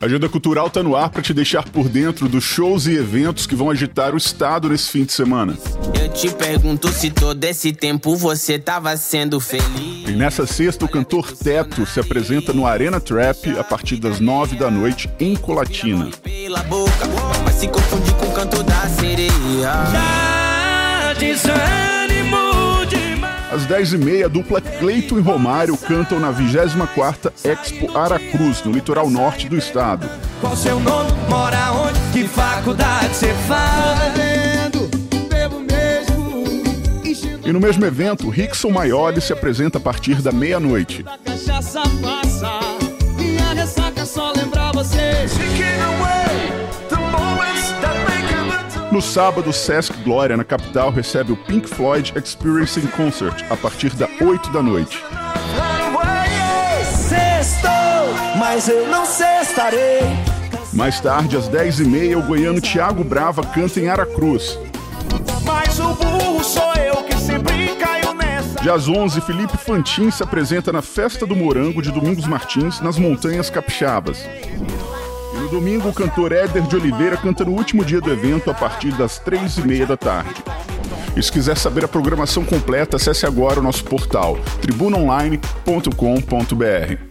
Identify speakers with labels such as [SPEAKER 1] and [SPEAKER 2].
[SPEAKER 1] A Agenda Cultural tá no ar para te deixar por dentro dos shows e eventos que vão agitar o estado nesse fim de semana.
[SPEAKER 2] Eu te pergunto se todo esse tempo você tava sendo feliz.
[SPEAKER 1] E nessa sexta, o cantor Teto se apresenta no Arena Trap a partir das nove da noite em Colatina.
[SPEAKER 2] Pela boca, mas se confundir com o canto da sereia.
[SPEAKER 3] Já desânimo demais.
[SPEAKER 1] Às 10h30, a dupla Cleiton e Romário cantam na 24ª Expo Aracruz, no litoral norte do estado.
[SPEAKER 3] Qual seu nome? Mora onde? Que faculdade você faz?
[SPEAKER 1] E no mesmo evento, Rickson Maioli se apresenta a partir da meia-noite.
[SPEAKER 3] Cachaça passa, minha ressaca só lembrar você. é? tá
[SPEAKER 1] No sábado, o Sesc Glória, na capital, recebe o Pink Floyd Experiencing Concert, a partir da 8 da noite.
[SPEAKER 3] É Sextou, mas eu não cestarei.
[SPEAKER 1] Mais tarde, às 10h30, o goiano Tiago Brava canta em Aracruz.
[SPEAKER 3] Mas o burro sou eu que sempre caiu nessa.
[SPEAKER 1] Já às 11, Felipe Fantin se apresenta na Festa do Morango de Domingos Martins, nas Montanhas Capixabas. E no domingo, o cantor Éder de Oliveira canta no último dia do evento, a partir das 3h30 da tarde. E se quiser saber a programação completa, acesse agora o nosso portal tribunaonline.com.br.